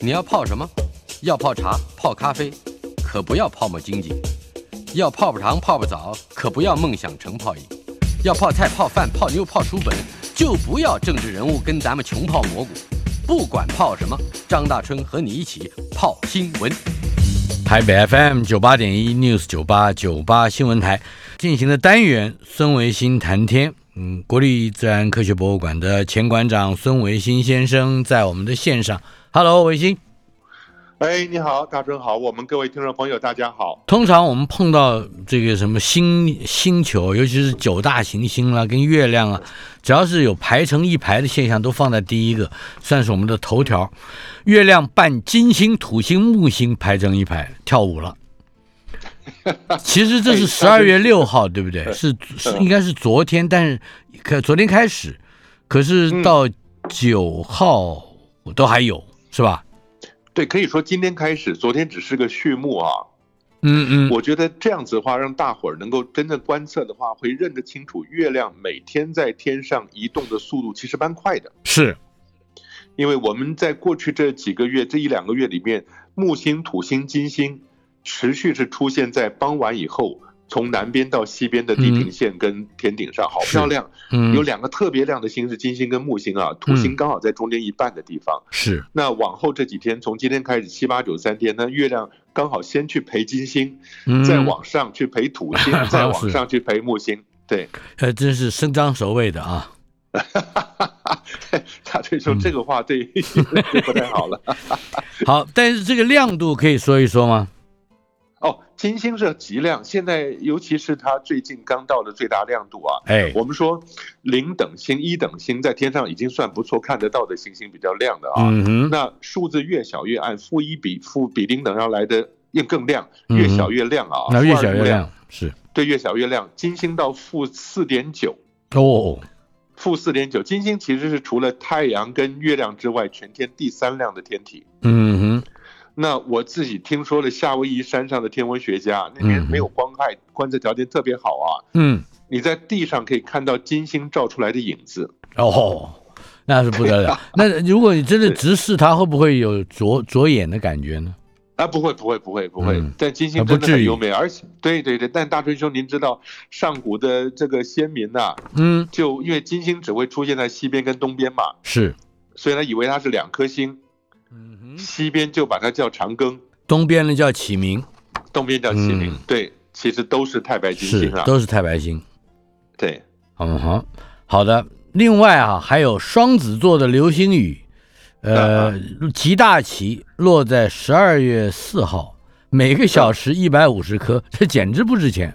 你要泡什么？要泡茶、泡咖啡，可不要泡沫经济；要泡泡糖、泡泡澡，可不要梦想成泡影；要泡菜、泡饭、泡妞、泡书本，就不要政治人物跟咱们穷泡蘑菇。不管泡什么，张大春和你一起泡新闻。台北 FM 九八点一 News 九八九八新闻台进行的单元孙维新谈天。嗯，国立自然科学博物馆的前馆长孙维新先生在我们的线上。Hello，维新。哎，你好，大春好，我们各位听众朋友，大家好。通常我们碰到这个什么星星球，尤其是九大行星啦、跟月亮啊，只要是有排成一排的现象，都放在第一个，算是我们的头条。月亮伴金星、土星、木星排成一排跳舞 了。其实这是十二月六号，对不对？ 是是应该是昨天，但是可昨天开始，可是到九号都还有，是吧？对，可以说今天开始，昨天只是个序幕啊。嗯嗯，我觉得这样子的话，让大伙儿能够真正观测的话，会认得清楚月亮每天在天上移动的速度其实蛮快的。是因为我们在过去这几个月、这一两个月里面，木星、土星、金星持续是出现在傍晚以后，从南边到西边的地平线跟天顶上，好嗯是漂亮。嗯有两个特别亮的星是金星跟木星啊，土星刚好在中间一半的地方。是那往后这几天，从今天开始七八九三天，那月亮刚好先去陪金星，嗯，再往上去陪土星 再往上去陪木星。对， 呃，真是生张熟味的啊。大锤嗯说这个话对就不太好了。好，但是这个亮度可以说一说吗？哦，金星是极亮，现在尤其是它最近刚到的最大亮度啊。哎，我们说零等星、一等星在天上已经算不错看得到的行星比较亮的啊。嗯哼，那数字越小越暗，负一比负比零等要来的越更亮，嗯越小越亮啊。那负越二小越不亮，是对，越小越亮。金星到负四点九，哦，负四点九，金星其实是除了太阳跟月亮之外，全天第三亮的天体。嗯哼，那我自己听说了，夏威夷山上的天文学家那嗯边哼没有光害，观测条件特别好啊。嗯，你在地上可以看到金星照出来的影子。哦，那是不得了。那如果你真的直视它，会不会有灼灼眼的感觉呢？啊，不会，不会，不会，不会嗯。但金星不真的很至于优美，而且对对对。但大春兄，您知道上古的这个先民呐、嗯，就因为金星只会出现在西边跟东边嘛，是，所以他以为它是两颗星，嗯哼，西边就把它叫长庚，东边呢叫启明，东边叫麒麟。嗯对，其实都是太白金是星啊。都是太白星。对， 嗯哼，好的。另外啊，还有双子座的流星雨，呃，极大期落在十二月四号，每个小时一百五十颗，这简直不值钱。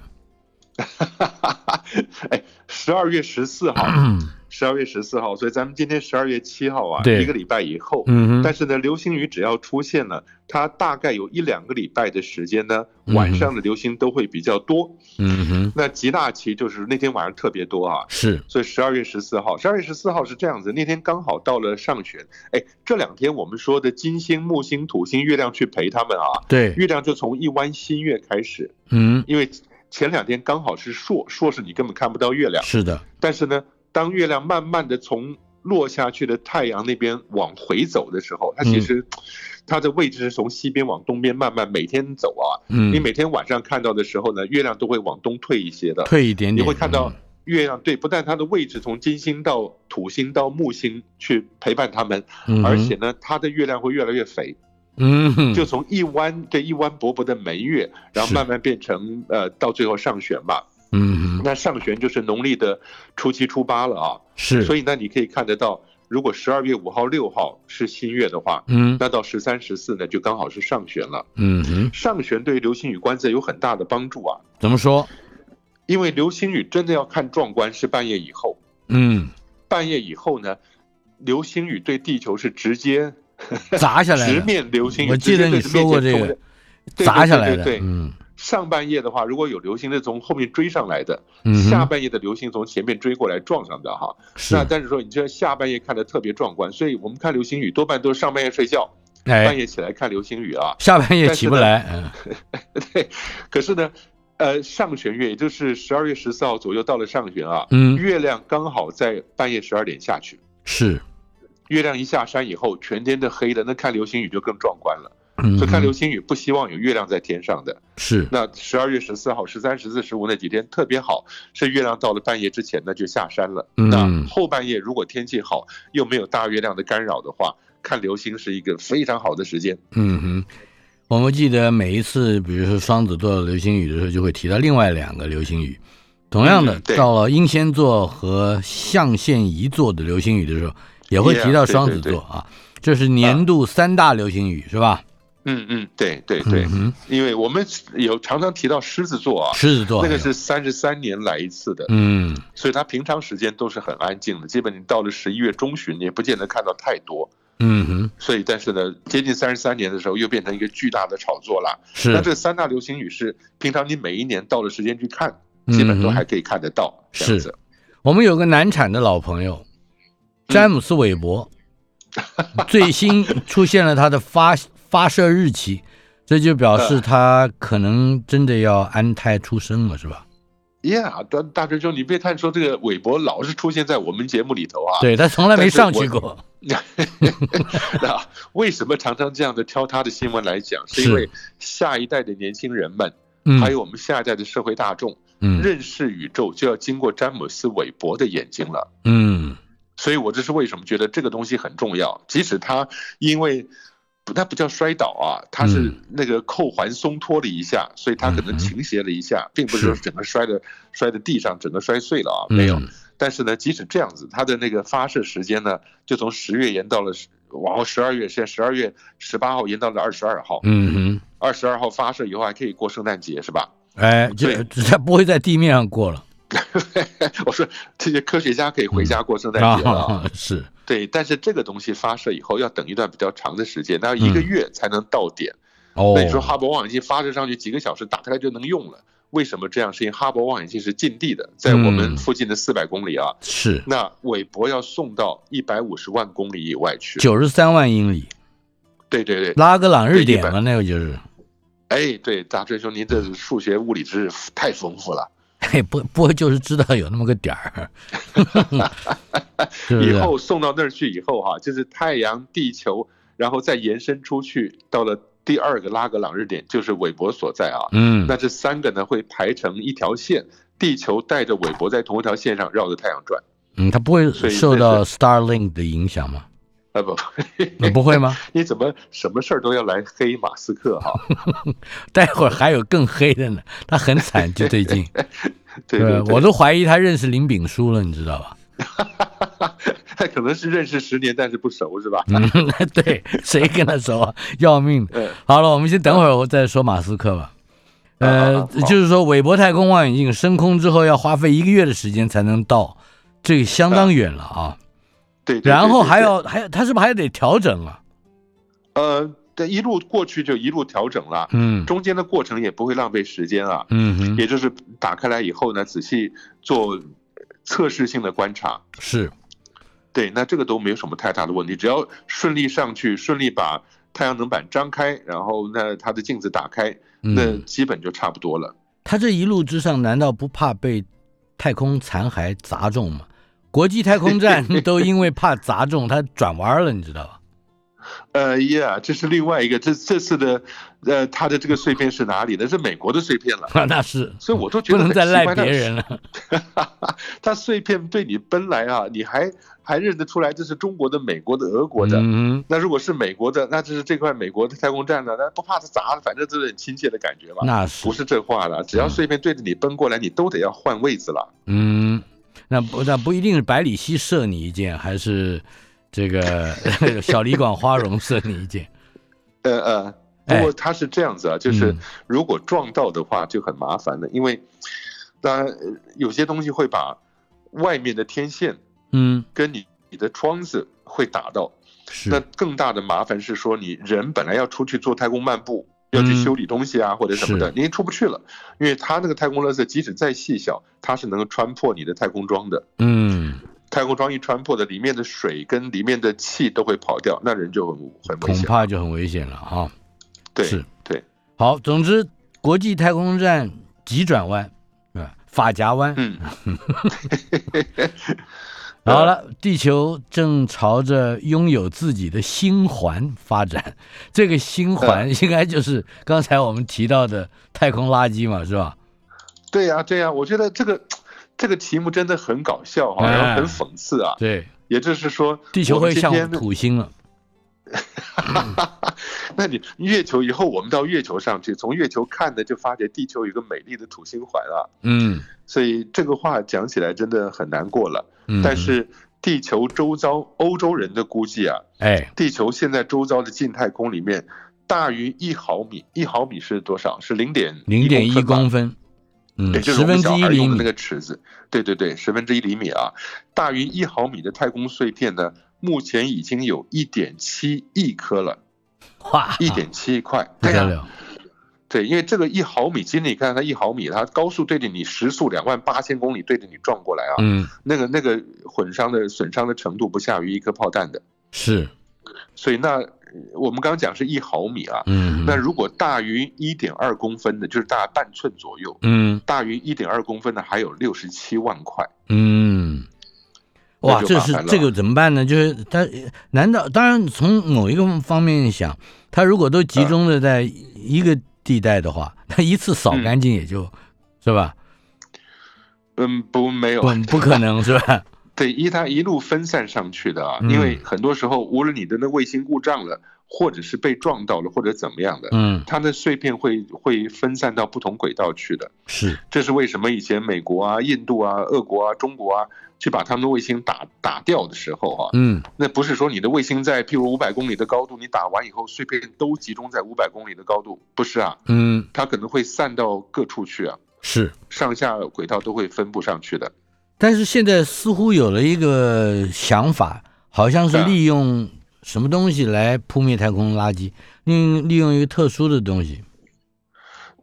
哎，十二月十四 号，嗯十二月十四号，所以咱们今天十二月七号啊，对一个礼拜以后，嗯哼但，是呢，流星雨只要出现了，它大概有一两个礼拜的时间呢，嗯哼晚上的流星都会比较多。嗯哼，那极大期就是那天晚上特别多啊。是，所以十二月十四号，十二月十四号是这样子，那天刚好到了上旬。哎，这两天我们说的金星、木星、土星、月亮去陪他们啊，对，月亮就从一弯新月开始，嗯，因为前两天刚好是朔，朔是你根本看不到月亮，是的，但是呢，当月亮慢慢的从落下去的太阳那边往回走的时候，它其实它的位置是从西边往东边慢慢每天走啊。嗯你，每天晚上看到的时候呢，月亮都会往东退一些的。退一点你点，会看到嗯月亮对，不但它的位置从金星到土星到木星去陪伴它们，嗯哼而且呢，它的月亮会越来越肥，嗯哼，就从一弯这一弯薄薄的眉月，然后是慢慢变成呃，到最后上弦吧。嗯哼，那上弦就是农历的初七初八了啊。是，所以以呢，你可以看得到，如果十二月五号、六号是新月的话，嗯那到十三、十四呢，就刚好是上弦了。嗯哼，上弦对于流星雨观测有很大的帮助啊，怎么说？因为流星雨真的要看壮观是半夜以后，嗯，半夜以后呢，流星雨对地球是直接砸下来直的，面流星雨，我记得你直说接对着过面这前个冲对砸下来对的，对对对嗯上半夜的话，如果有流星是从后面追上来的，嗯哼，下半夜的流星从前面追过来撞上的哈。是那，但是说，你这下半夜看的特别壮观，所以我们看流星雨多半都是上半夜睡觉，半哎，夜起来看流星雨啊。下半夜但是起不呢来，嗯对，可是呢，呃，上弦月，也就是十二月十四号左右到了上弦啊，嗯，月亮刚好在半夜十二点下去，是，月亮一下山以后，全天都黑的，那看流星雨就更壮观了。嗯所以看流哼，星雨不希望有月亮在天上的。是，那十二月十四号、十三、十四、十五那几天特别好，是月亮到了半夜之前呢就下山了。嗯那后半夜如果天气好，又没有大月亮的干扰的话，看流星是一个非常好的时间。嗯哼。我们记得每一次，比如说双子座流星雨的时候，就会提到另外两个流星雨。同样的嗯，对到了英仙座和象限仪座的流星雨的时候，也会 Yeah，提到对双对子对座啊。这是年度三大流星雨，是吧？嗯嗯，对对对嗯，哼，因为我们有常常提到狮子座啊，狮子座那个还有是三十三年来一次的，嗯所以它平常时间都是很安静的，基本你到了十一月中旬，你也不见得看到太多。嗯哼所以，但是呢，接近三十三年的时候，又变成一个巨大的炒作啦。那是这三大流星雨是平常你每一年到了时间去看，基嗯本都还可以看得到。这样子，我们有个难产的老朋友，嗯詹姆斯·韦伯，最新出现了他的发 发射日期，这就表嗯示他可能真的要安胎出生了，是吧？ ，Yeah，大大锤兄，你别看说这个韦伯老是出现在我们节目里头啊，对他从来没上去过，那为什么常常这样的挑他的新闻来讲？是因为下一代的年轻人们，嗯还有我们下一代的社会大众，嗯认识宇宙就要经过詹姆斯·韦伯的眼睛了。嗯所以我这是为什么觉得这个东西很重要，即使他因为。不，那不叫摔倒啊，他是嗯那个扣环松脱了一下，所以他可能倾斜了一下，并嗯不是说整个摔的摔在地上，整个摔碎了啊，没有。嗯但是呢，即使这样子，它的那个发射时间呢，就从十月延到了10往后十二月，现在十二月十八号延到了二十二号，嗯哼，二十二号发射以后还可以过圣诞节是吧？ 哎，这他不会在地面上过了我说这些科学家可以回家过圣诞节了啊。啊， 是对，但是这个东西发射以后要等一段比较长的时间，那一个月才能到点。嗯哦那，你说哈勃望远镜发射上去几个小时，打开来就能用了？为什么这样？是因为哈勃望远镜是近地的，在我嗯们附近的四百公里啊。是那韦伯要送到一百五十万公里以外去。九十三万英里，对对对，拉格朗日点对一了，那个就是，哎，对，大锤兄，您这数学物理知识太丰富了。 嘿，不不就是知道有那么个点儿， 是不以是？后送到那儿去以后哈、就是太阳、地球，然后再延伸出去，到了第二个拉格朗日点，就是韦伯所在啊。嗯，那这三个呢会排成一条线，地球带着韦伯在同一条线上绕着太阳转。嗯，它不会所以受这到 Starlink 的影响 吗？啊不，呃不会吗？ 你怎么什么事儿都要来黑马斯克哈、待会儿还有更黑的呢， 他很惨，就最近， 对对呃对，我都怀疑他认识林炳书了，你知道 吧？他可能是认识十年，但是不熟是吧？嗯， 对，谁跟他熟啊？要命！嗯好了，我们先等会儿，我再说马斯克吧。呃，好好好就是说，韦伯太空望远镜升空之后要花费一个月的时间才能到，这个相当远了啊。对对对然后对还对要还有，他是不是还得调整啊？呃，这一路过去就一路调整了，嗯中间的过程也不会浪费时间啊。嗯哼，也就是打开来以后呢，仔细做测试性的观察。是对，那这个都没有什么太大的问题，只要顺利上去，顺利把太阳能板张开，然后那它的镜子打开，那嗯基本就差不多了。他这一路之上，难道不怕被太空残骸砸中吗？国际太空 站都因为怕砸中，他转弯了，你知道吧？ 呃，Yeah，这是另外一个，这这次的，呃，它的这个碎片是哪里的？是美国的碎片了。啊，那是所以我都觉不得能很再奇赖怪别人。了。它 它碎片对你奔来啊，你还还认得出来这是中国的、美国的、俄国的，嗯那如果是美国的，那就是这块美国的太空站呢，那不怕它砸，反正就是很亲切的感觉嘛。哼，那是不是这话了，只要碎片对着你奔过来，你都得要换位子了。嗯，那不那不一定是百里奚射你一箭，还是这个 小李广花荣射你一箭。呃呃，哎不过它是这样子啊，就是嗯如果撞到的话就很麻烦了，因为当然呃有些东西会把外面的天线嗯，跟你你的窗子会打到。那是更大的麻烦是说，你人本来要出去做太空漫步，要去嗯修理东西啊，或者什么的，你出不去了，因为它那个太空垃圾即使再细小，它是能够穿破你的太空装的。嗯，太空装一穿破的，里面的水跟里面的气都会跑掉，那人就很很危恐险。怕就很危险了哈、对是对，好，总之，国际太空站急转弯，是吧？法夹弯，嗯，好了，地球正朝着拥有自己的星环发展，这个星环嗯应该就是刚才我们提到的太空垃圾嘛，是吧？对呀、对呀、我觉得这个这个题目真的很搞笑啊，哎然后很讽刺啊。对，也就是说，哎地球我们会今向天土星了。 那你月球以后，我们到月球上去，从月球看呢，就发觉地球有一个美丽的土星环啊。嗯所以这个话讲起来真的很难过了。嗯，但是地球周遭欧洲人的估计啊，哎，地球现在周遭的近太空里面，大于一毫米，一毫米是多少？是零点零点一公公分分，吧。嗯对，，就是十我们分之小一孩厘用的那米，个尺子，对对对，十分之一厘米啊，大于一毫米的太空碎片呢，目前已经有一点七亿颗了，哇，一点七亿块，不对啊得呀、了，对，因为这个一毫米，其实你看它一毫米，它高速对着你时速两万八千公里对着你撞过来啊，嗯，那个那个混伤的损伤的程度不下于一颗炮弹的，是，所以那呃我们刚刚讲是一毫米啊，嗯那如果大于一点二公分的，就是大半寸左右，嗯大于一点二公分的还有六十七万块，嗯。哇，那就这麻是烦了这个怎么办呢？就是他，难道当然从某一个方面想，他如果都集中的在一个地带的话， 他一次扫干净也就，是吧？嗯，不没有不，不可能是吧？ 对，一它一路分散上去的啊，嗯因为很多时候无论你的那卫星故障了，或者是被撞到了，或者怎么样的，嗯，它的碎片会会分散到不同轨道去的。是，这是为什么以前美国啊、印度啊、俄国啊、中国啊去把他们的卫星打打掉的时候啊，嗯那不是说你的卫星在譬如五百公里的高度，你打完以后碎片都集中在五百公里的高度，不是啊，嗯它可能会散到各处去啊，是。上下轨道都会分布上去的。但是现在似乎有了一个想法，好像是嗯利用什么东西来扑灭太空垃圾，利用利用一个特殊的东西，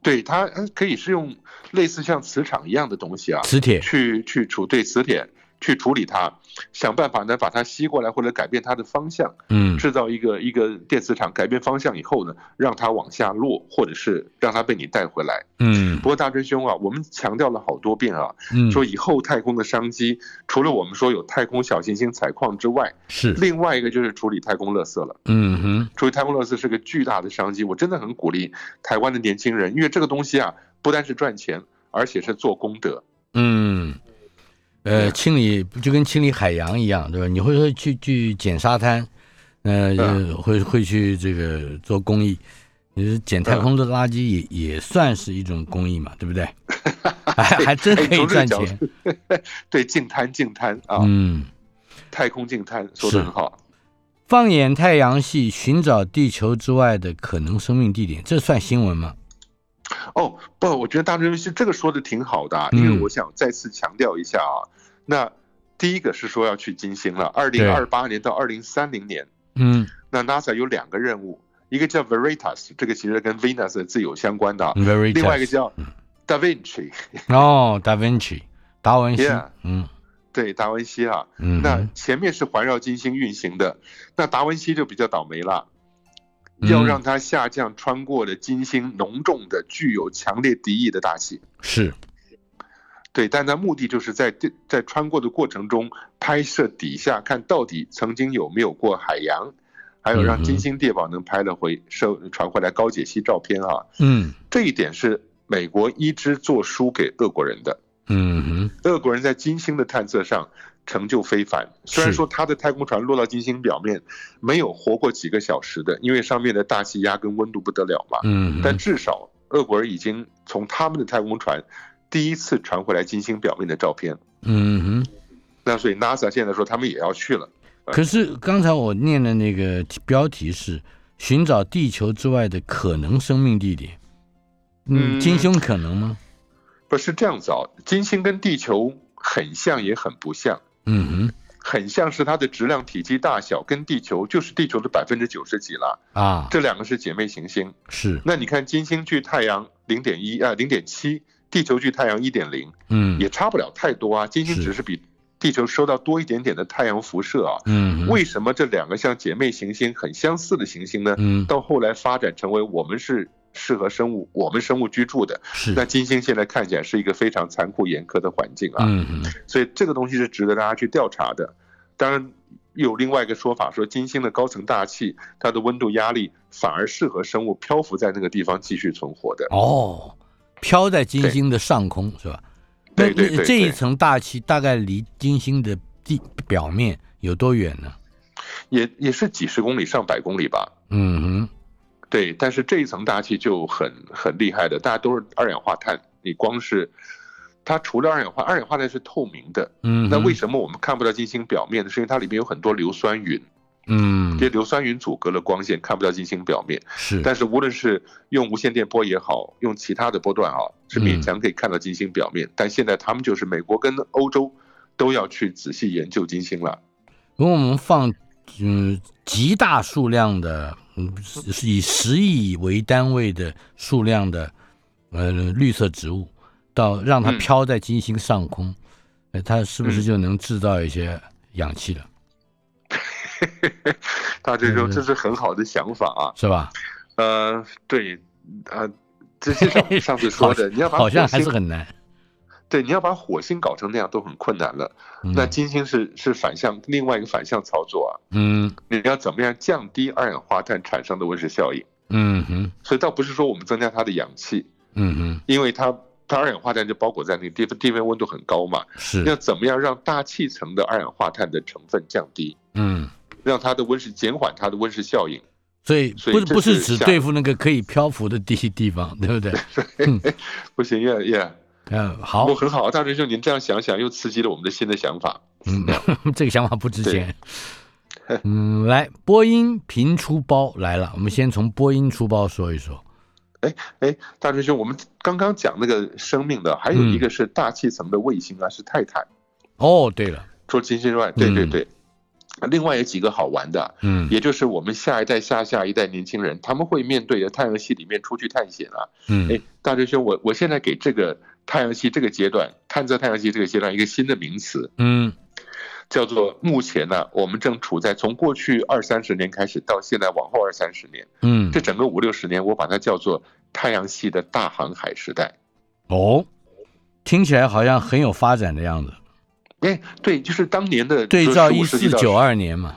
对，它呃可以是用类似像磁场一样的东西啊，磁铁。去去处对磁铁去处理它，想办法呢把它吸过来或者改变它的方向，嗯制造一个一个电磁场，改变方向以后呢，让它往下落，或者是让它被你带回来。嗯不过大真兄啊，我们强调了好多遍啊，嗯，说以后太空的商机，除了我们说有太空小行星采矿之外，是。另外一个就是处理太空垃圾了。嗯哼，处理太空垃圾是个巨大的商机，我真的很鼓励台湾的年轻人，因为这个东西啊，不单是赚钱，而且是做功德。嗯。呃，对清理就跟清理海洋一样，对吧？你会说去去捡沙滩，呃，嗯会会去这个做公益，你是捡太空的垃圾也、也算是一种公益嘛，对不 对？还还真哎可以从这个赚角钱。度，对，净滩净滩啊，嗯，太空净滩说的是很好。放眼太阳系，寻找地球之外的可能生命地点，这算新闻吗？哦，不，我觉得大真是这个说的挺好的、啊，嗯因为我想再次强调一下啊，那第一个是说要去金星了，二零二八年到二零三零年，嗯，那 NASA 有两个任务，一个叫 Veritas，这个其实跟 Venus 自有相关的啊，嗯 very 另外一个 tough 叫 Da Vinci，哦，达芬奇，达文西 Yeah 嗯对，达文西啊。嗯，那前面是环绕金星运行的，那达文西就比较倒霉了，要嗯让它下降穿过了金星浓重的、具有强烈敌意的大气。是对，但它目的就是在这在穿过的过程中拍摄底下，看到底曾经有没有过海洋，还有嗯哼让金星猎宝能拍了回收传回来高解析照片啊。嗯这一点是美国一直做输给俄国人的。嗯哼俄国人在金星的探测上成就非凡。虽然是说他的太空船落到金星表面没有活过几个小时的，因为上面的大气压跟温度不得了嘛，嗯哼，但至少俄国人已经从他们的太空船第一次传回来金星表面的照片。嗯那所以 NASA 现在说他们也要去了。 哼，可是刚才我念的那个标题是寻找地球之外的可能生命地点，嗯，嗯金星可能吗？不是这样子哦，金星跟地球很像也很不像。嗯很像是它的质量、体积大小跟地球就是地球的百分之九十几了，哼啊，这两个是姐妹行星。是那你看，金星距太阳零点一啊，零点七，地球距太阳一点零，嗯也差不了太多啊。金星是只是比地球收到多一点点的太阳辐射啊。嗯哼为什么这两个像姐妹行星很相似的行星呢？嗯到后来发展成为我们是适合生物我们生物居住的。是，那金星现在看起来是一个非常残酷严苛的环境啊，嗯嗯所以这个东西是值得大家去调查的。当然，有另外一个说法说，金星的高层大气，它的温度压力反而适合生物漂浮在那个地方继续存活的。哦，飘在金星的上空是吧？那对对那对这一对层大气大概离金星的地表面有多远呢？也也是几十公里、上百公里吧。嗯对，但是这一层大气就很很厉害的，大家都是二氧化碳，你光是它除了二氧化，二氧化碳是透明的哼，，嗯哼，那为什么我们看不到金星表面呢？是因为它里面有很多硫酸云，嗯这些硫酸云阻隔了光线，看不到金星表面。是但是无论是用无线电波也好，用其他的波段啊，是嗯勉强可以看到金星表面。但现在他们就是美国跟欧洲都要去仔细研究金星了。如果我们放嗯极大数量的，嗯是以十亿为单位的数量的呃绿色植物，到让它嗯飘在金星上空，呃它是不是就能制造一些氧气了？大致说嗯这是很好的想法啊。是吧？呃，对，呃，这 就像我们上次说的，你要把好火像还是星很难。对，你要把火星搞成那样都很困难了。嗯那金星是是反向另外一个反向操作啊，嗯你要怎么样降低二氧化碳产生的温室效应？嗯哼所以倒不是说我们增加它的氧气，嗯哼因为它它二氧化碳就包裹在那个地地面温度很高嘛，要是怎么样让大气层的二氧化碳的成分降低，嗯，让它的温室减缓它的温室效应？所以所不以是这不是是只下对付那个可以漂浮的地地方，对不对？不行，也也嗯，好我，很好，大师兄，您这样想想又刺激了我们的新的想法。嗯， 这个想法不值钱。 嗯，来，波音频出包来了，我们先从波音出包说一说。哎，大师兄，我们刚刚讲那个生命的，还有一个是大气层的卫星啊，是泰坦。哦，对了，除了金星之外，对对对，另外有几个好玩的，嗯也就是我们下一代、下下一代年轻人，他们会面对着太阳系里面出去探险啊。嗯哎，大师兄，我我现在给这个太阳系这个阶段，探测太阳系这个阶段一个新的名词，嗯叫做目前呢、我们正处在从过去二三十年开始到现在往后二三十年，嗯这，整个五六十年，我把它叫做太阳系的大航海时代。哦，听起来好像很有发展的样子。哎，对，就是当年的对照15一世纪四到九二年嘛，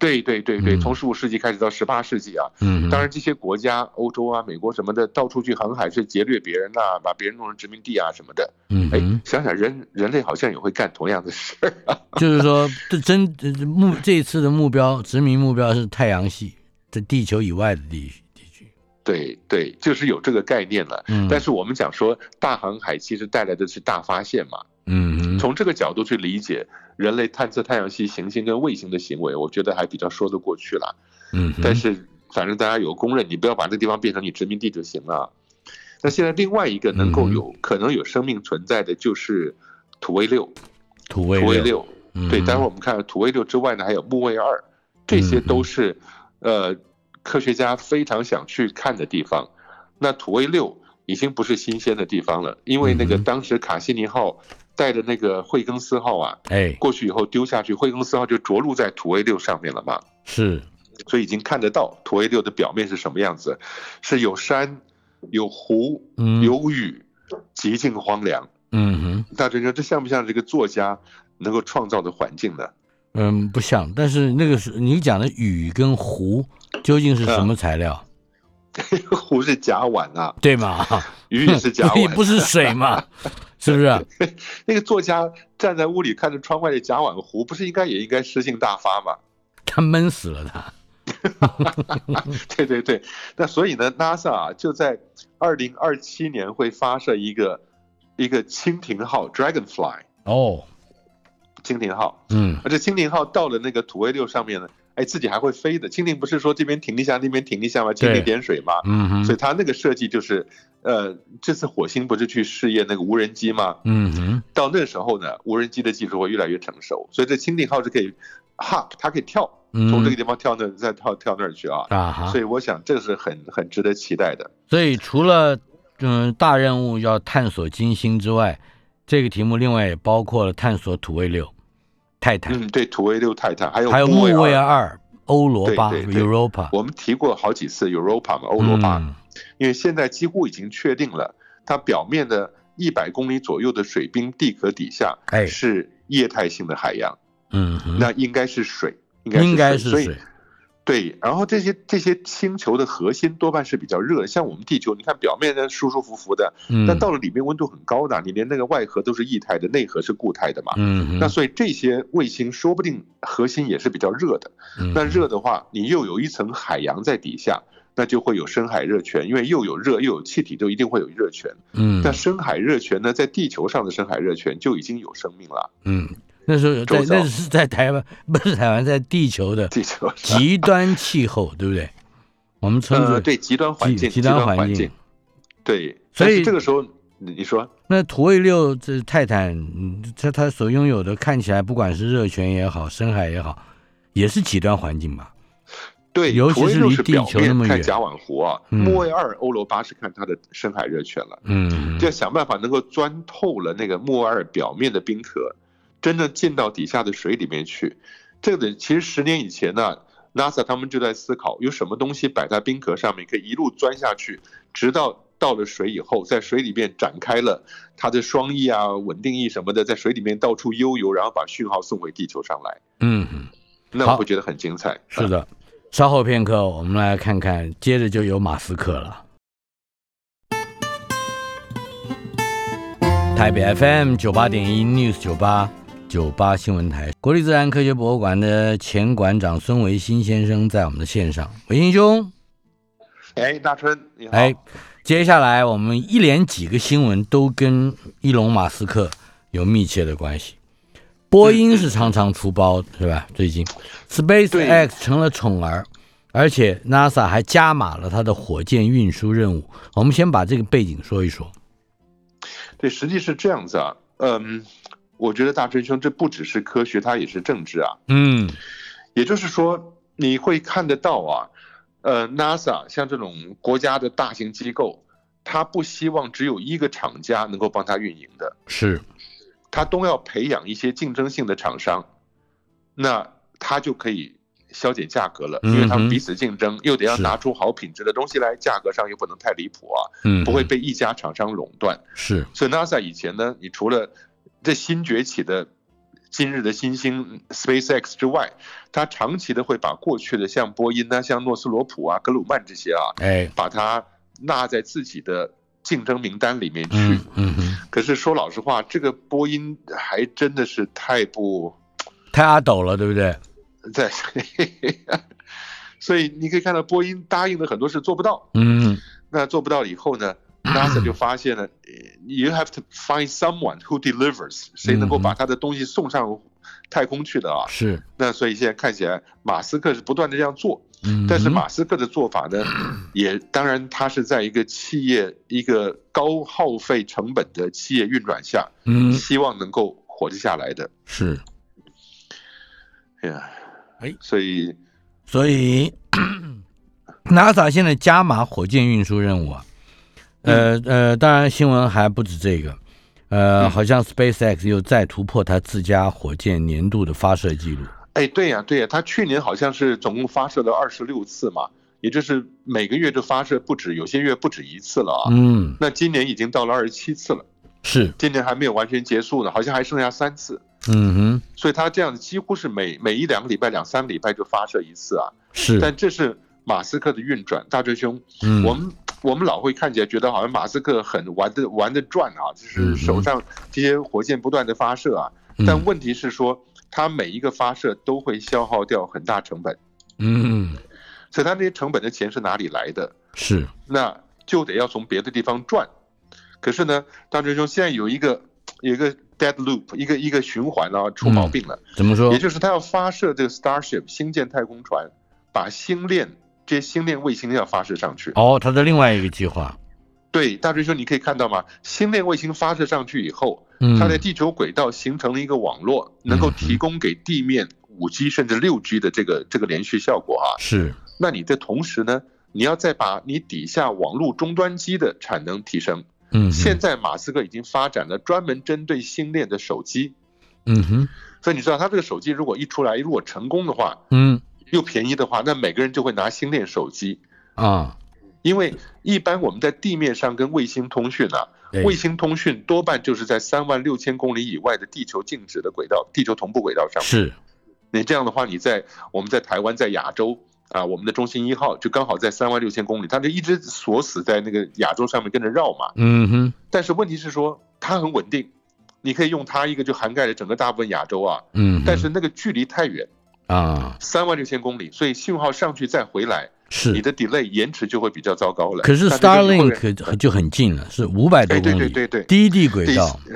对对对对，嗯从十五世纪开始到十八世纪啊，嗯，当然这些国家，欧洲啊、美国什么的，到处去航海是劫掠别人呐、把别人弄成殖民地啊什么的。嗯哎哼，，想想人人类好像也会干同样的事儿啊。就是说这真呃目这一次的目标殖民目标是太阳系，在地球以外的地区地区。对对，就是有这个概念了。嗯，但是我们讲说大航海其实带来的是大发现嘛，嗯哼，从这个角度去理解人类探测太阳系行星跟卫星的行为，我觉得还比较说得过去了。嗯哼，但是反正大家有公认，你不要把这地方变成你殖民地就行了。那现在另外一个能嗯够有可能有生命存在的就是土卫六、土卫土卫，六，嗯对，哼待会儿我们看土卫六之外呢，还有木卫二，这些都是嗯呃科学家非常想去看的地方。那土卫六已经不是新鲜的地方了，因为那个嗯哼当时卡西尼号带着那个惠更斯号啊哎过去以后丢下去，惠更斯号就着陆在土卫六上面了嘛。是所以已经看得到土卫六的表面是什么样子，是有山、有湖、嗯有雨，极尽荒凉。嗯哼。大家说这像不像这个作家能够创造的环境呢？嗯，不像，但是那个是你讲的雨跟湖究竟是啊什么材料， 湖是甲烷啊，对吗？雨也是甲 所以烷。不是水嘛， 是不是？那个作家站在屋里看着窗外的甲烷湖，不是应该也应该诗性大发吗？ 他闷死了他。对对对，那所以呢，NASA 啊就在二零二七年会发射一个一个蜻蜓号 （Dragonfly） 哦，蜻蜓号。嗯，而这蜻蜓号到了那个土卫六上面呢，哎，自己还会飞的。蜻蜓不是说这边停一下，那边停一下吗？蜻对蜓点水嘛。嗯所以哼，它那个设计就是，呃，这次火星不是去试验那个无人机吗？嗯哼，到那时候呢，无人机的技术会越来越成熟，所以这蜻蜓号是可以 hop，它可以跳，嗯从这个地方跳那再跳跳那儿去啊。啊哈所。以我想这是很很值得期待的。所以除了嗯大任务要探索金星之外，这个题目另外也包括了探索土卫六、泰坦，嗯嗯，对，土卫六泰坦还有还有木卫卫啊二，二、欧罗巴对对对 （Europa）。我们提过好几次 Europa 嘛，欧罗巴，嗯因为现在几乎已经确定了，它表面的一百公里左右的水冰地壳底下哎是液态性的海洋，嗯哼，那应该是水，应该应该是是所以水。对，然后这些这些星球的核心多半是比较热的，像我们地球，你看表面呢舒舒服服的，嗯，但到了里面温度很高的，你连那个外核都是液态的，内核是固态的嘛。嗯哼，那所以这些卫星说不定核心也是比较热的，嗯那热的话，你又有一层海洋在底下，那就会有深海热泉，因为又有热又有气体，就一定会有热泉。嗯那深海热泉呢，在地球上的深海热泉就已经有生命了，嗯，那时候在周遭那是在台湾，不是台湾，在地球的地球上。极端气候，对不对？我们称之呃，为 对极端环境，极极极端端环环境境，对。所但以是这个时候，你你说，那土卫六这泰坦，嗯它它所拥有的看起来，不管是热泉也好，深海也好，也是极端环境吧？对，尤其土卫是六离是地表球那面么看远甲烷湖啊，嗯木卫二欧罗巴是看它的深海热泉了，嗯就要想办法能够钻透了那个木卫二表面的冰壳，真正进到底下的水里面去。这个其实十年以前呢、n a s a 他们就在思考有什么东西摆在冰壳上面可以一路钻下去，直到到了水以后，在水里面展开了它的双翼啊、稳定翼什么的，在水里面到处悠游，然后把讯号送回地球上来。嗯哼。那好我会觉得很精彩。是的，稍后片刻我们来看看，接着就有马斯克了。台北 FM 九八点一 News 九八九八新闻台，国立自然科学博物馆的前馆长孙维新先生在我们的线上，维新兄，哎，大春你好。哎，接下来我们一连几个新闻都跟伊隆马斯克有密切的关系。波音是常常出包，是吧？最近，SpaceX 成了宠儿，而且 NASA 还加码了它的火箭运输任务。我们先把这个背景说一说。对，实际是这样子啊，嗯，我觉得大真兄这不只是科学，它也是政治啊。嗯也就是说，你会看得到啊，呃，NASA 像这种国家的大型机构，它不希望只有一个厂家能够帮它运营的，是，它都要培养一些竞争性的厂商，那它就可以。消减价格了，因为他嗯们哼彼此竞争，又得要是拿出好品质的东西来，价格上又不能太离谱啊，嗯，不会被一家厂商垄断。是，所以 NASA 以前呢，你除了这新崛起的今日的新兴 SpaceX 之外，它长期的会把过去的像波音啊、像诺斯罗普啊、格鲁曼这些啊，哎，把它纳在自己的竞争名单里面去。嗯嗯哼，可是说老实话，这个波音还真的是太不太阿斗了，对不对？在， 所以你可以看到波音答应的很多事做不到。嗯那做不到以后 呢，NASA 就发现了呃，you have to find someone who delivers，谁能够嗯哼把他的东西送上太空去的啊？是，那所以现在看起来，马斯克是不断的这样做，嗯，但是，马斯克的做法呢，也当然他是在一个企业一个高耗费成本的企业运转下，嗯希望能够活得下来的。是，哎呀，哎所以所以 NASA 现在加码火箭运输任务啊，嗯呃呃，当然新闻还不止这个，呃，好像 SpaceX 又再突破它自家火箭年度的发射记录，哎，对呀、对呀、他去年好像是总共发射了二十六次嘛，也就是每个月都发射不止，有些月不止一次了啊。嗯，那今年已经到了二十七次了，是，今年还没有完全结束呢，好像还剩下三次。嗯哼，所以他这样几乎是每每一两个礼拜、两三个礼拜就发射一次啊。是，但这是马斯克的运转，大追兄，嗯，我们我们老会看起来觉得好像马斯克很玩的玩的转啊，嗯就是手上这些火箭不断的发射啊。但问题是说，他每一个发射都会消耗掉很大成本。嗯，嗯所以他那些成本的钱是哪里来的？是，那就得要从别的地方赚。可是呢，大锤兄现在有一个有一个 dead loop，一个一个循环啊，出毛病了。怎么嗯说也？就是他要发射这个 Starship 星舰太空船，把星链这些星链卫星要发射上去。哦，它的另外一个计划，对，大锤兄，你可以看到吗？星链卫星发射上去以后，嗯它在地球轨道形成了一个网络，能够提供给地面五 G 甚至六 G 的这个这个连续效果啊。是，那你的同时呢，你要再把你底下网络终端机的产能提升。嗯哼，现在马斯克已经发展了专门针对星链的手机，嗯哼，所以你知道他这个手机如果一出来，如果成功的话，嗯，又便宜的话，那每个人就会拿星链手机，啊，因为一般我们在地面上跟卫星通讯啊，对卫星通讯多半就是在三万六千公里以外的地球静止的轨道、地球同步轨道上。是，你这样的话，你在我们在台湾，在亚洲啊，我们的中心一号就刚好在三万六千公里，它就一直锁死在那个亚洲上面跟着绕嘛。嗯哼，但是问题是说它很稳定，你可以用它一个就涵盖了整个大部分亚洲啊，嗯哼，但是那个距离太远，啊，三万六千公里，所以信号上去再回来，你是，的 delay 延迟就会比较糟糕了。可是那这个就会 Starlink 就很近了，是五百多哎，对公对里，对对，低地轨道，对。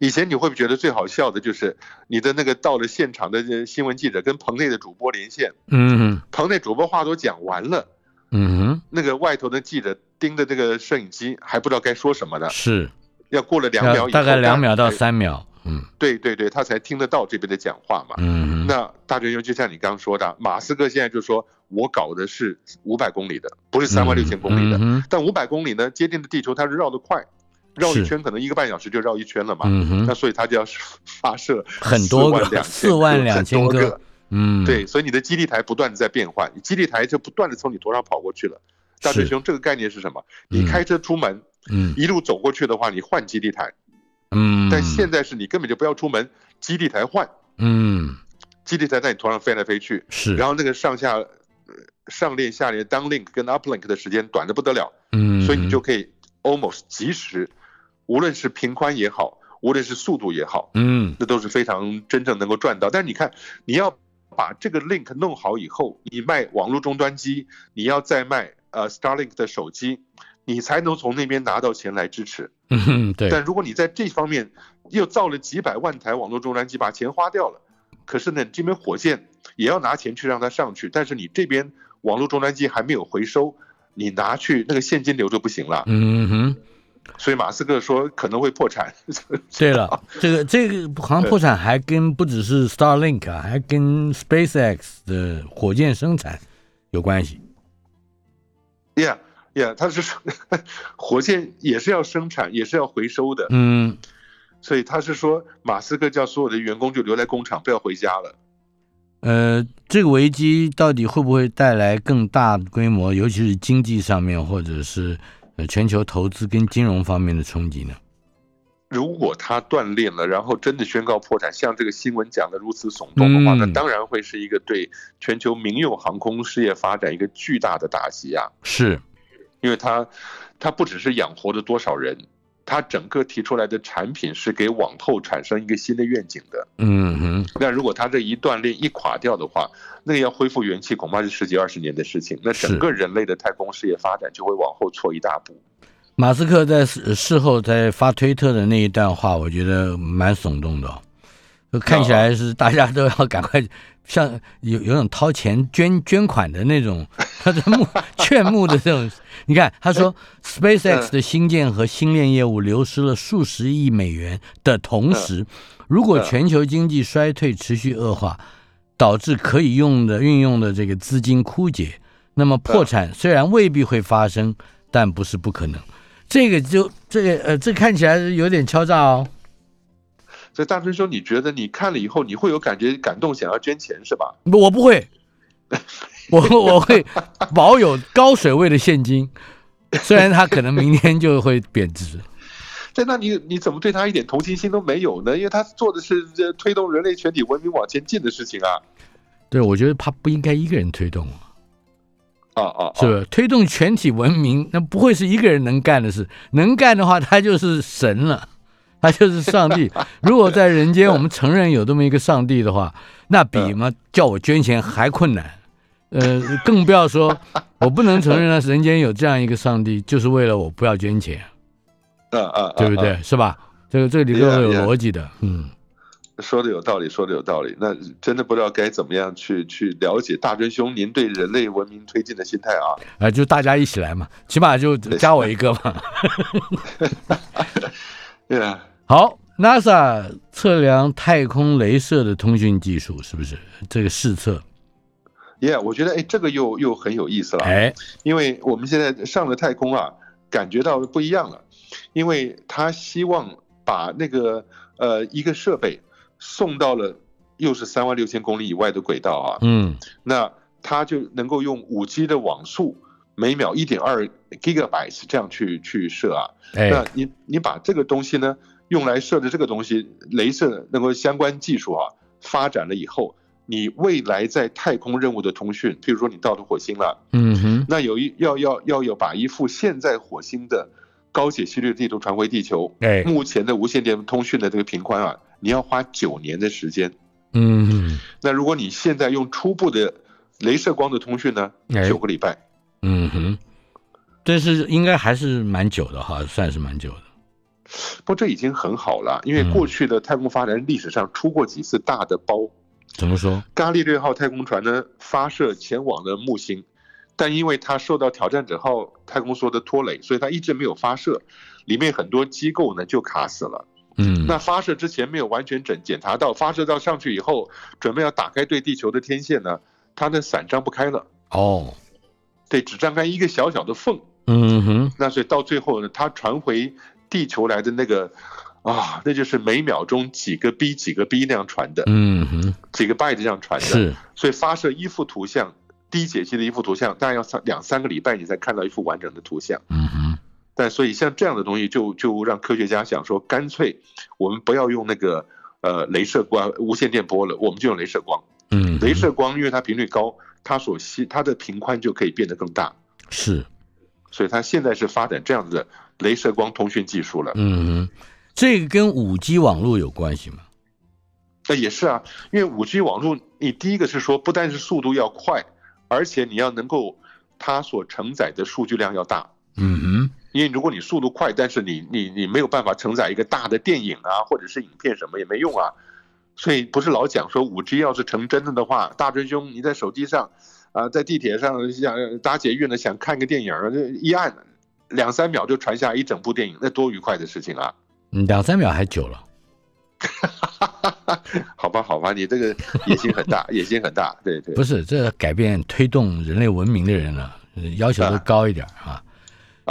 以前你会不会觉得最好笑的就是你的那个到了现场的呃新闻记者跟棚内的主播连线，嗯哼，棚内主播话都讲完了，嗯那个外头的记者盯着这个摄影机还不知道该说什么呢哼，，是，要过了两秒要以后，大概两秒到哎三秒，嗯对对对，他才听得到这边的讲话嘛。嗯哼，那大学生就像你刚说的，马斯克现在就说我搞的是五百公里的，不是三万六千公里的。嗯但五百公里呢，接近的地球它是绕得快，绕是一圈可能一个半小时就绕一圈了嘛。嗯啊那哼，所以它就要发射很多个四42000两千个个，嗯，对，所以你的基地台不断的在变换，基地台就不断的从你头上跑过去了。大锤是兄，这个概念是什么？嗯你开车出门，嗯一路走过去的话，你换基地台，嗯，但现在是你根本就不要出门，基地台换，嗯基地台在你头上飞来飞去，是，然后那个上下呃上链、下链、down link 跟 up link 的时间短的不得了，嗯，所以你就可以 almost 及时，无论是频宽也好，无论是速度也好，嗯那都是非常真正能够赚到。但是你看，你要把这个 Link 弄好以后，你卖网络终端机，你要再卖呃 Starlink 的手机，你才能从那边拿到钱来支持。嗯哼对，但如果你在这方面又造了几百万台网络终端机，把钱花掉了，可是呢，你这边火箭也要拿钱去让它上去，但是你这边网络终端机还没有回收。你拿去那个现金流就不行了，嗯哼。所以马斯克说可能会破产。 对了，这个这个好像破产还跟不只是 Starlink 啊，还跟 SpaceX 的火箭生产有关系。 Yeah, yeah，它是说火箭也是要生产，也是要回收的，嗯，所以他是说马斯克叫所有的员工就留在工厂，不要回家了。呃，这个危机到底会不会带来更大规模，尤其是经济上面，或者是呃全球投资跟金融方面的冲击呢？如果他断裂了，然后真的宣告破产，像这个新闻讲的如此耸动的话，嗯那当然会是一个对全球民用航空事业发展一个巨大的打击啊！是，因为它，它不只是养活了多少人，它整个提出来的产品是给往后产生一个新的愿景的。嗯哼，那如果他这一断裂一垮掉的话，那个要恢复元气，恐怕是十几二十年的事情。那整个人类的太空事业发展就会往后错一大步。马斯克在事事后在发推特的那一段话，我觉得蛮耸动的、哦，就看起来是大家都要赶快像 有有种掏钱捐捐款的那种， 他的募劝募的这种。你看，他说 SpaceX 的新建和星链业务流失了数十亿美元的同时，如果全球经济衰退持续恶化，导致可以用的运用的这个资金枯竭，那么破产虽然未必会发生，但不是不可能。这个就这个呃，这看起来有点敲诈哦。所以大春兄，你觉得你看了以后，你会有感觉感动，想要捐钱是吧？不我不会，我我会保有高水位的现金，虽然它可能明天就会贬值。在那你你怎么对他一点同情心都没有呢？因为他做的是这推动人类全体文明往前进的事情啊！对，我觉得他不应该一个人推动，是啊啊，啊不是？推动全体文明，那不会是一个人能干的事。能干的话，他就是神了， 他就是上帝。如果在人间，我们承认有这么一个上帝的话，那比嘛叫我捐钱还困难。呃，更不要 说，我不能承认呢，人间有这样一个上帝，就是为了我不要捐钱。啊啊，啊对不？对？是吧？这个这个里头 Yeah, 有 yeah. 逻辑的，嗯，呃说的有道理，说的有道理。那真的不知道该怎么样去去了解大真兄您对人类文明推进的心态啊！啊，就大家一起来嘛，起码就加我一个嘛。对啊。好，NASA 测量太空镭射的通讯技术是不是这个试测？ Yeah，我觉得哎，这个又又很有意思了。哎，因为我们现在上了太空啊，感觉到不一样了，因为他希望把那个呃一个设备送到了又是三万六千公里以外的轨道啊，嗯那它就能够用五 G 的网速，每秒一点二 gigabytes 这样去去射啊。那哎，你你把这个东西呢，用来设置这个东西，镭射能够相关技术啊发展了以后，你未来在太空任务的通讯，譬如说你到了火星了，嗯哼，那有一要要要有把一幅现在火星的高解析率地图传回地球，哎，目前的无线电通讯的这个频宽啊，你要花九年的时间。嗯那如果你现在用初步的镭射光的通讯呢，哎九个礼拜。嗯哼，但是应该还是蛮久的哈，算是蛮久的。不过这已经很好了，因为嗯过去的太空发展历史上出过几次大的包。怎么说？伽利略号太空船呢发射前往了木星，但因为它受到挑战者号太空梭的拖累，所以它一直没有发射。里面很多机构呢就卡死了。嗯，那发射之前没有完全检检查到，发射到上去以后，准备要打开对地球的天线呢，它的伞张不开了，哦，对，只张开一个小小的缝。嗯哼，那所以到最后呢，它传回地球来的那个。啊，那就是每秒钟几个 B 几个 B 那样传的，嗯哼，几个 byte 这样传的。是，所以发射一幅图像，低解析的一幅图像，大概要三两三个礼拜你才看到一幅完整的图像。嗯哼，但所以像这样的东西就，就让科学家想说，干脆我们不要用那个呃镭射光、无线电波了，我们就用镭射光。嗯哼，镭射光因为它频率高，它所吸它的频宽就可以变得更大，是，所以它现在是发展这样子的镭射光通讯技术了。嗯哼，这个跟五 G 网络有关系吗？那也是啊，因为五 G 网络，你第一个是说，不但是速度要快，而且你要能够它所承载的数据量要大。嗯因为如果你速度快，但是你你你没有办法承载一个大的电影啊，或者是影片什么也没用啊。所以不是老讲说五 G 要是成真了的话，大真兄你在手机上，啊、在地铁上想搭捷运呢，想看个电影儿，这一按两三秒就传下一整部电影，那多愉快的事情啊！ 哼，两三秒还久了。好吧，好吧，你这个野心很大，野心很大，对对不是，这改变推动人类文明的人了，呃要求都啊高一点啊。啊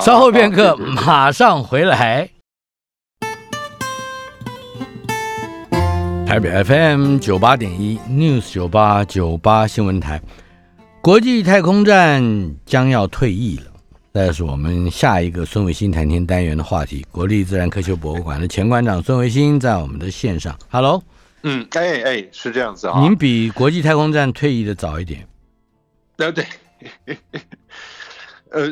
稍后片刻，啊对对对马上回来。台北 FM 九八点一 News 九八九八新闻台，国际太空站将要退役了。那是我们下一个孙维新谈天单元的话题。国立自然科学博物馆的前馆长孙维新在我们的线上。Hello，、嗯，哎哎，是这样子啊。您比国际太空站退役的早一点。对对，呃，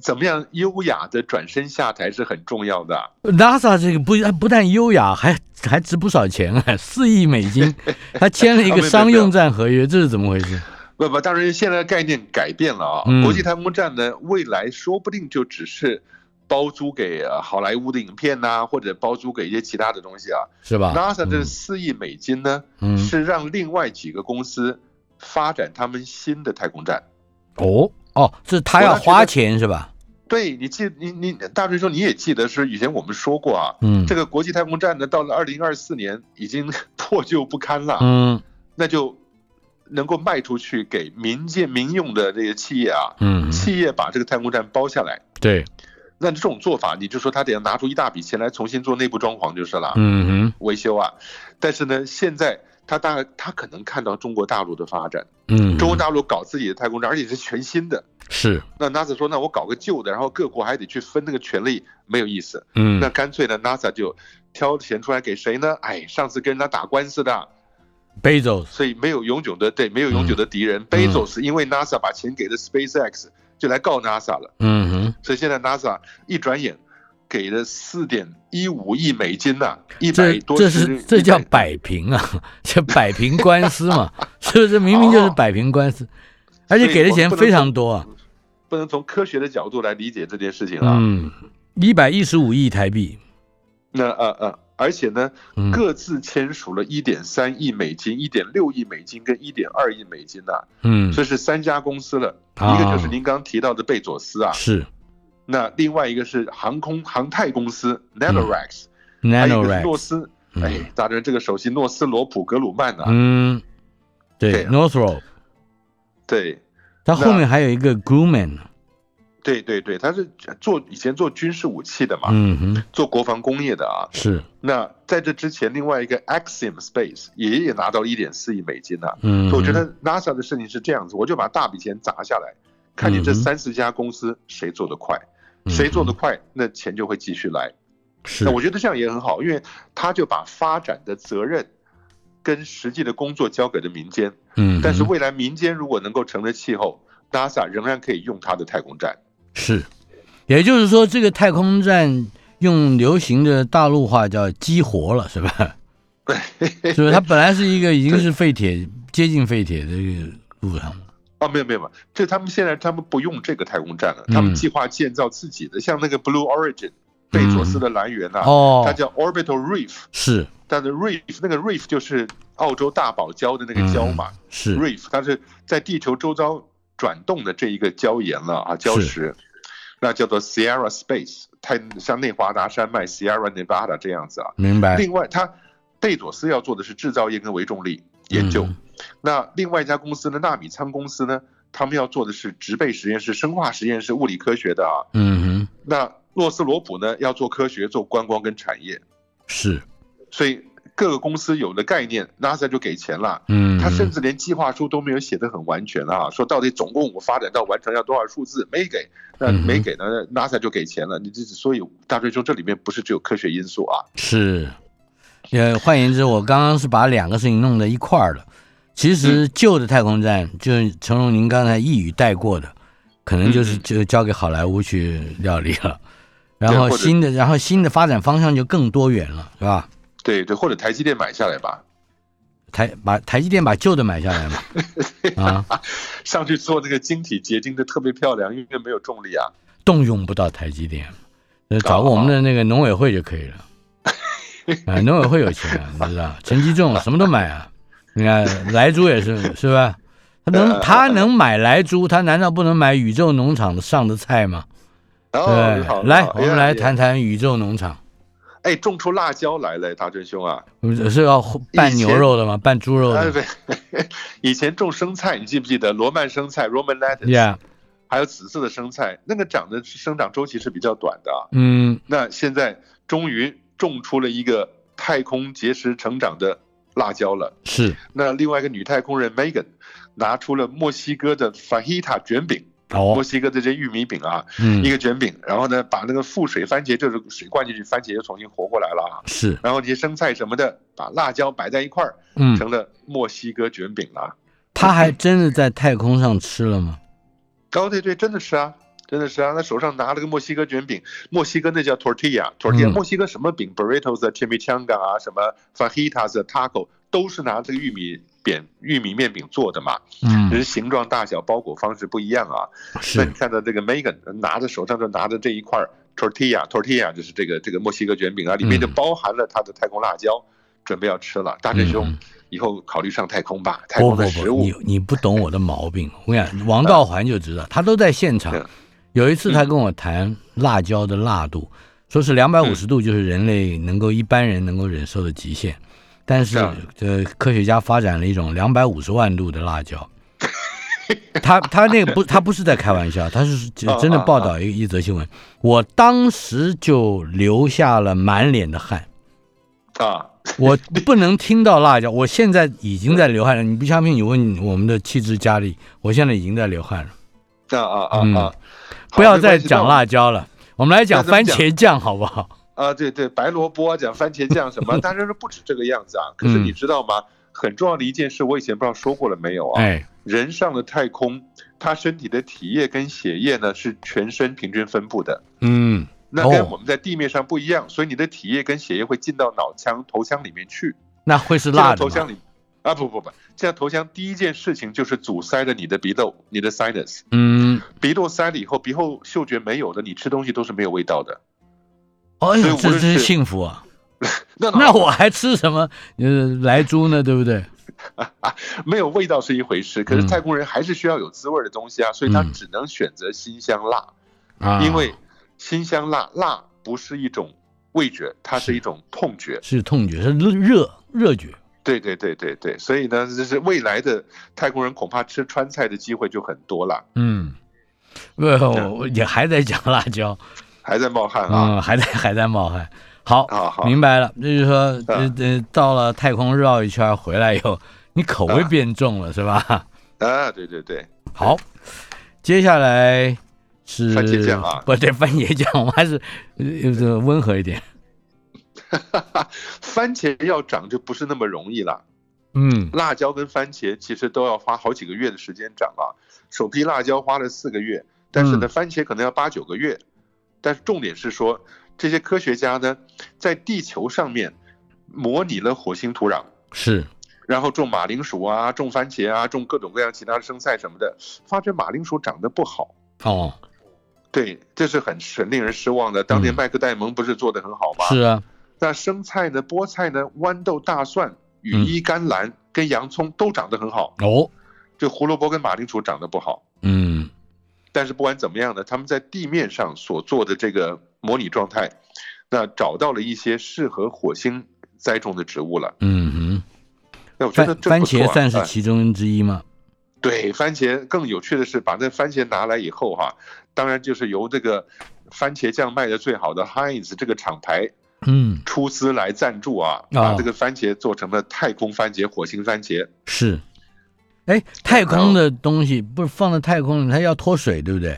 怎么样优雅的转身下台是很重要的啊。 NASA 这个不不但优雅，还还值不少钱啊，四亿美 金，他签了一个商用战合约，这是怎么回事？不不，当然现在概念改变了啊。嗯国际太空站呢，未来说不定就只是包租给呃好莱坞的影片呐、或者包租给一些其他的东西啊。是吧 NASA 这四亿美金呢，嗯嗯是让另外几个公司发展他们新的太空站。哦哦，是他要花钱是吧？对你记你你大锤说你也记得是以前我们说过啊，嗯这个国际太空站呢，到了二零二四年已经 破旧不堪了，嗯那就能够卖出去给民间民用的这些企业啊，嗯，企业把这个太空站包下来。对，那这种做法，你就说他得要拿出一大笔钱来重新做内部装潢就是了，嗯哼维修啊。但是呢，现在他大他可能看到中国大陆的发展，嗯，中国大陆搞自己的太空站，而且是全新的。是那 NASA 说，那我搞个旧的，然后各国还得去分那个权利，没有意思。嗯那干脆呢，NASA 就挑选出来给谁呢？哎，上次跟人家打官司的， ，Bezos 所以没有永久的对，没有永嗯久的敌人。Bezos 因为 NASA 把钱给了 SpaceX，就来告 NASA 了。嗯哼，所以现在 NASA 一转眼给了四点一五亿美金呐、一这百多这十是这叫100摆平啊，这摆平官司 嘛，是不是？明明哦就是摆平官司，而且给的钱非常多啊，不能从科学的角度来理解这件事情啊。嗯，一百一十五亿台币，那呃呃，而且呢，嗯各自签署了一点三亿美金、一点六亿美金跟一点二亿美金呐、嗯这是三家公司了，啊一个就是您刚提到的贝佐斯啊，是。那另外一个是航空航太公司 Nanorex，、还有一个是 Nanorad，诺斯，嗯哎，大家这个首席诺斯罗普格鲁曼啊，嗯，对对啊，Northrop，对它后面还有一个 Grumman，对对对，他是做以前做军事武器的嘛，嗯哼，做国防工业的啊。是，那在这之前，另外一个 Axiom Space 也也拿到了一点四亿美金呢、嗯，所以我觉得 NASA 的事情是这样子，我就把大笔钱砸下来，看你这嗯哼三十家公司谁做得快，嗯谁做得快，那钱就会继续来。是那，我觉得这样也很好，因为他就把发展的责任跟实际的工作交给了民间。嗯哼，但是未来民间如果能够成了气候，NASA 仍然可以用它的太空站。是，也就是说，这个太空站用流行的大陆话叫激活了，是吧？ 是不是？它本来是一个已经是废铁，接近废铁的这个路上了。哦，没有没有没有，这他们现在他们不用这个太空站了，他们嗯计划建造自己的，像那个 Blue Origin，贝佐斯的来源呐、啊它哦，叫 Orbital Reef，是但是 Reef 那个 Reef 就是澳洲大堡礁的那个礁嘛、是 r e e f 它是在地球周遭转动的这一个礁岩了啊，礁石，那叫做 Sierra Space，太像内华达山脉 Sierra Nevada 这样子啊。明白，另外，它贝佐斯要做的是制造业跟微重力研究。嗯那另外一家公司呢，纳米仓公司呢，他们要做的是植被实验室、生化实验室、物理科学的啊。嗯哼，那洛斯罗普呢，要做科学、做观光跟产业。是，所以各个公司有了概念，NASA 就给钱了。嗯哼，他甚至连计划书都没有写得很完全啊，说到底总共我发展到完成要多少数字没给，那嗯哼没给呢那，NASA 就给钱了。你这所以大锤说这里面不是只有科学因素啊，是，呃，换言之，我刚刚是把两个事情弄在一块儿了。其嗯实旧的太空站，就是陈荣您刚才一语带过的，可能就是嗯嗯就交给好莱坞去料理了。然对后或者新的，然后新的发展方向就更多元了，是吧？对对，或者台积电买下来吧，台把台积电把旧的买下 来嘛，啊，上去做那个晶体结晶的特别漂亮，因为没有重力啊。动用不到台积电，呃找哦我们的那个农委会就可以了。 啊，农委会有钱、啊，你知道？陈吉仲什么都买啊，你看莱猪也是，是吧？他呃能他能买莱猪，他难道不能买宇宙农场的上的菜吗？然后对，哦好，来好，我们来，谈哎呀谈宇宙农场，哎，种出辣椒来了，大真兄啊，我们是要拌牛肉的吗？拌猪肉哎的对， 以前种生菜，你记不记得罗曼生菜 （Roman lettuce）？、 ？Yeah，还有紫色的生菜，那个长的生长周期是比较短的啊。嗯，那现在终于种出了一个太空结实成长的辣椒了。是那另外一个女太空人 Megan 拿出了墨西哥的 fajita 卷饼，墨哦，西哥的这玉米饼啊，一嗯，个卷饼，然后呢把那个富水番茄就是水灌进去，番茄就重新活过来了啊。是，然后这些生菜什么的，把辣椒摆在一块儿，嗯，成了墨西哥卷饼啊了。他还真的在太空上吃了吗？哦，对对，真的是啊。真的是啊，他手上拿了个墨西哥卷饼，墨西哥那叫 tortilla，tortilla，、嗯墨西哥什么饼，burritos 啊，chimichanga 啊，什么 fajitas 啊，taco 都是拿这个玉米扁玉米面饼做的嘛，只嗯，是形状、大小、包裹方式不一样啊。那你是，看到这个 Megan 拿着手上就拿着这一块 tortilla，tortilla 就是这个这个墨西哥卷饼啊，里嗯面就包含了他的太空辣椒，准备要吃了。大真兄，嗯以后考虑上太空吧，太不空不的食不，物嗯你你不懂我的毛病。我跟你讲，王道环就知道，他都在现场对。有一次他跟我谈辣椒的辣度，说是两百五十度就是人类能够一般人能够忍受的极限，但是是啊呃，科学家发展了一种两百五十万度的辣椒。 他他那个不，他不是在开玩笑，他是啊真的啊报道一一则新闻。我当时就流下了满脸的汗，啊，我不能听到辣椒，我现在已经在流汗了。你不相信？你问我们的气质佳丽，我现在已经在流汗了。啊啊啊嗯啊！好不要没关再系讲那我辣椒了，我们来讲那咱番们讲茄酱好不好？啊，对对，白萝卜啊讲番茄酱什 么，当然是不止这个样子啊。可是嗯你知道吗？很重要的一件事，我以前不知道说过了没有啊？哎，人上了太空，他身体的体液跟血液呢是全身平均分布的，嗯，那跟哦我们在地面上不一样，所以你的体液跟血液会进到脑腔、头腔里面去。那会是进到辣的头吗？腔里，啊不不不，进到头腔第一件事情就是阻塞了你的鼻窦，你的 sinus，嗯，鼻窦塞了以后，鼻后嗅觉没有的，你吃东西都是没有味道的。哎所以呦，无这论真是幸福啊！那那我还吃什么？呃，来猪呢，对不对？没有味道是一回事，可是嗯太空人还是需要有滋味的东西啊，所以他嗯只能选择辛香辣，啊，因为辛香辣辣不是一种味觉，它是一种痛觉。是痛觉，是热热觉。对对对对对，所以呢，就是未来的太空人恐怕吃川菜的机会就很多了。嗯，呃，我也还在讲辣椒，还在冒汗啊。嗯，还在还在冒汗。好，好好明白了，那就是说，这嗯这到了太空绕一圈回来以后，你口味啊变重了，是吧？ 啊，对对对， 好，接下来是番茄酱啊不对，番茄酱，我们还是呃呃温和一点。番茄要长就不是那么容易了。嗯辣椒跟番茄其实都要花好几个月的时间长啊。首批辣椒花了四个月，但是呢，番茄可能要八九个月。但是重点是说，这些科学家呢，在地球上面模拟了火星土壤，是，然后种马铃薯啊，种番茄啊，种各种各样其他的生菜什么的，发觉马铃薯长得不好。哦，对，这是很很令人失望的。当年麦克戴蒙不是做得很好吗？是啊，那生菜呢，菠菜呢，豌豆、大蒜、羽衣甘蓝跟洋葱都长得很好，哦，这胡萝卜跟马铃薯长得不好。嗯但是不管怎么样呢，他们在地面上所做的这个模拟状态，那找到了一些适合火星栽种的植物了。嗯那我哼，觉得番这番不错啊茄算是哎其中之一吗？对，番茄更有趣的是，把那番茄拿来以后哈、当然就是由这个番茄酱卖的最好的 Heinz 这个厂牌嗯，出资来赞助啊，把这个番茄做成了太空番茄、火星番茄。是。哎，太空的东西不是放在太空里，它要脱水，对不对？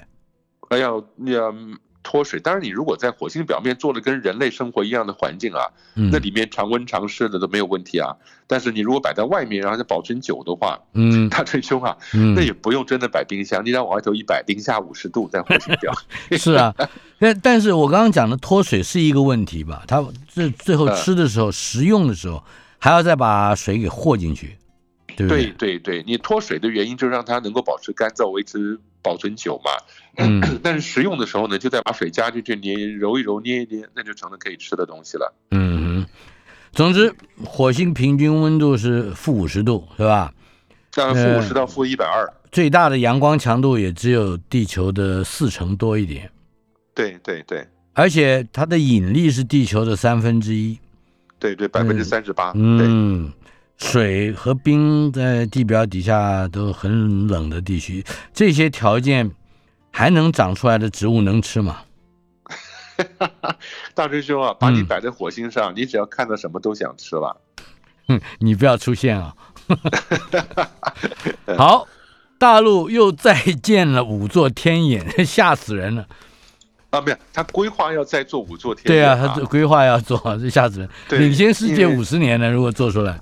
哎呀，要脱水。当然，你如果在火星表面做了跟人类生活一样的环境啊，嗯，那里面常温常湿的都没有问题啊。但是你如果摆在外面，然后再保存久的话，嗯大真凶啊！那嗯，也不用真的摆冰箱，你让往外头一摆，零下五十度在火星表。是啊。但但是我刚刚讲的脱水是一个问题吧？它这最后吃的时候、食用的时候，还要再把水给和进去，对不对？对对，你脱水的原因就是让它能够保持干燥，维持保存久嘛。嗯但是食用的时候呢，就再把水加进去，你揉一揉、捏一捏，那就成了可以吃的东西了。嗯哼。总之，火星平均温度是负五十度，是吧？但负五哎十到负一百二，最大的阳光强度也只有地球的四成多一点，对对对而且它的引力是地球的三分之一。对对，百分之三十八，啊对嗯，水和冰在地表底下都很冷的地区，这些条件还能长出来的植物能吃吗？。 大师兄啊，把你嗯摆在火星上，你只要看到什么都想吃了。哼，你不要出现啊！ 好，大陆又再建了五座天眼， 吓死人了。啊，没有，他规划要再做五座天对眼啊，他这规划要做，这吓死人，对领先世界因为五十年呢。如果做出来，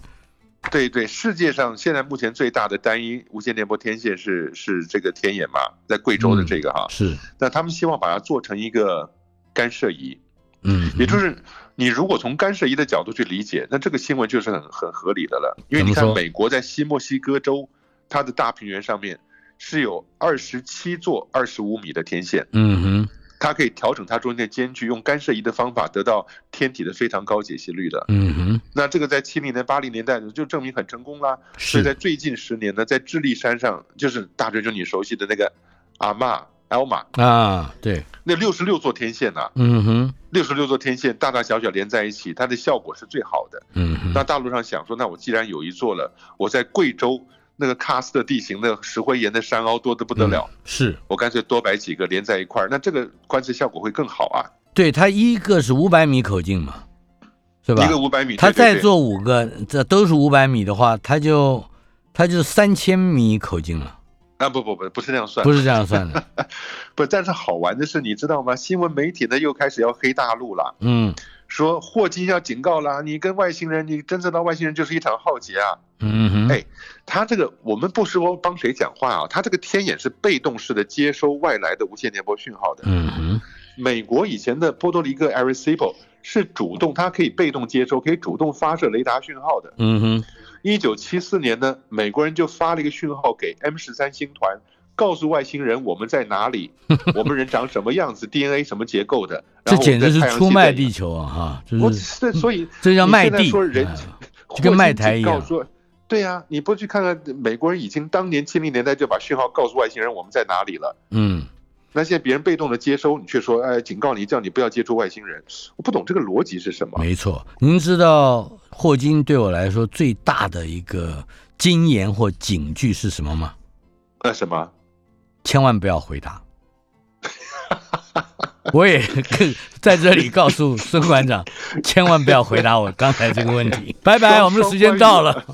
对对，世界上现在目前最大的单一无线电波天线是是这个天眼嘛，在贵嗯州的这个哈，是，那他们希望把它做成一个干涉仪，嗯，也就是你如果从干涉仪的角度去理解，那这个新闻就是很很合理的了，因为怎你看么说美国在西墨西哥州，它的大平原上面是有二十七座二十五米的天线，嗯哼，它可以调整它中间的间距，用干涉仪的方法得到天体的非常高解析率的。嗯哼，那这个在七零年、八零年代呢，就证明很成功啦。所以在是，最近十年呢，在智利山上，就是大追就你熟悉的那个阿玛、l 玛，啊，对，那六十六座天线呐、嗯哼，六十六座天线大大小小连在一起，它的效果是最好的。嗯哼，那大陆上想说，那我既然有一座了，我在贵州那个喀斯特地形的石灰岩的山凹多得不得了，是。我干脆多摆几个连在一块儿，那这个观测效果会更好啊。对，它一个是五百米口径嘛，是吧一？个五百米，它对对再对做五个，这都是五百米的话，它就它就三千米口径了，啊，不不不，不是那样算，不是这样算 的。不，但是好玩的是，你知道吗？新闻媒体呢又开始要黑大陆了，嗯说霍金要警告啦，你跟外星人，你侦测到外星人就是一场浩劫啊！嗯哼，哎他这个我们不说帮谁讲话啊，他这个天眼是被动式的接收外来的无线电波讯号的。嗯哼，美国以前的波多黎各 Arecibo 是主动，它可以被动接收，可以主动发射雷达讯号的。嗯哼，一九七四年呢，美国人就发了一个讯号给 M 十三星团，告诉外星人我们在 哪里，我们人长什么样子，DNA 什么结构的。这然后我简们在直是太阳出系卖在地球啊！哈，我这是这所以这叫你卖现在地，说人哎霍跟金卖台警一告样说，对呀、你不去看看美国人已经当年七零年代就把讯号告诉外星人我们在哪里了。嗯，那现在别人被动的接收，你却说，哎，警告你，叫你不要接触外星人。我不懂这个逻辑是什么。没错。您知道霍金对我来说最大的一个金言或警句是什么吗？呃那、什么？ 千万不要回答。 我也更在这里告诉孙馆长，千万不要回答我刚才这个问题。拜拜，我们的时间到了。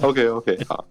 OK OK，好。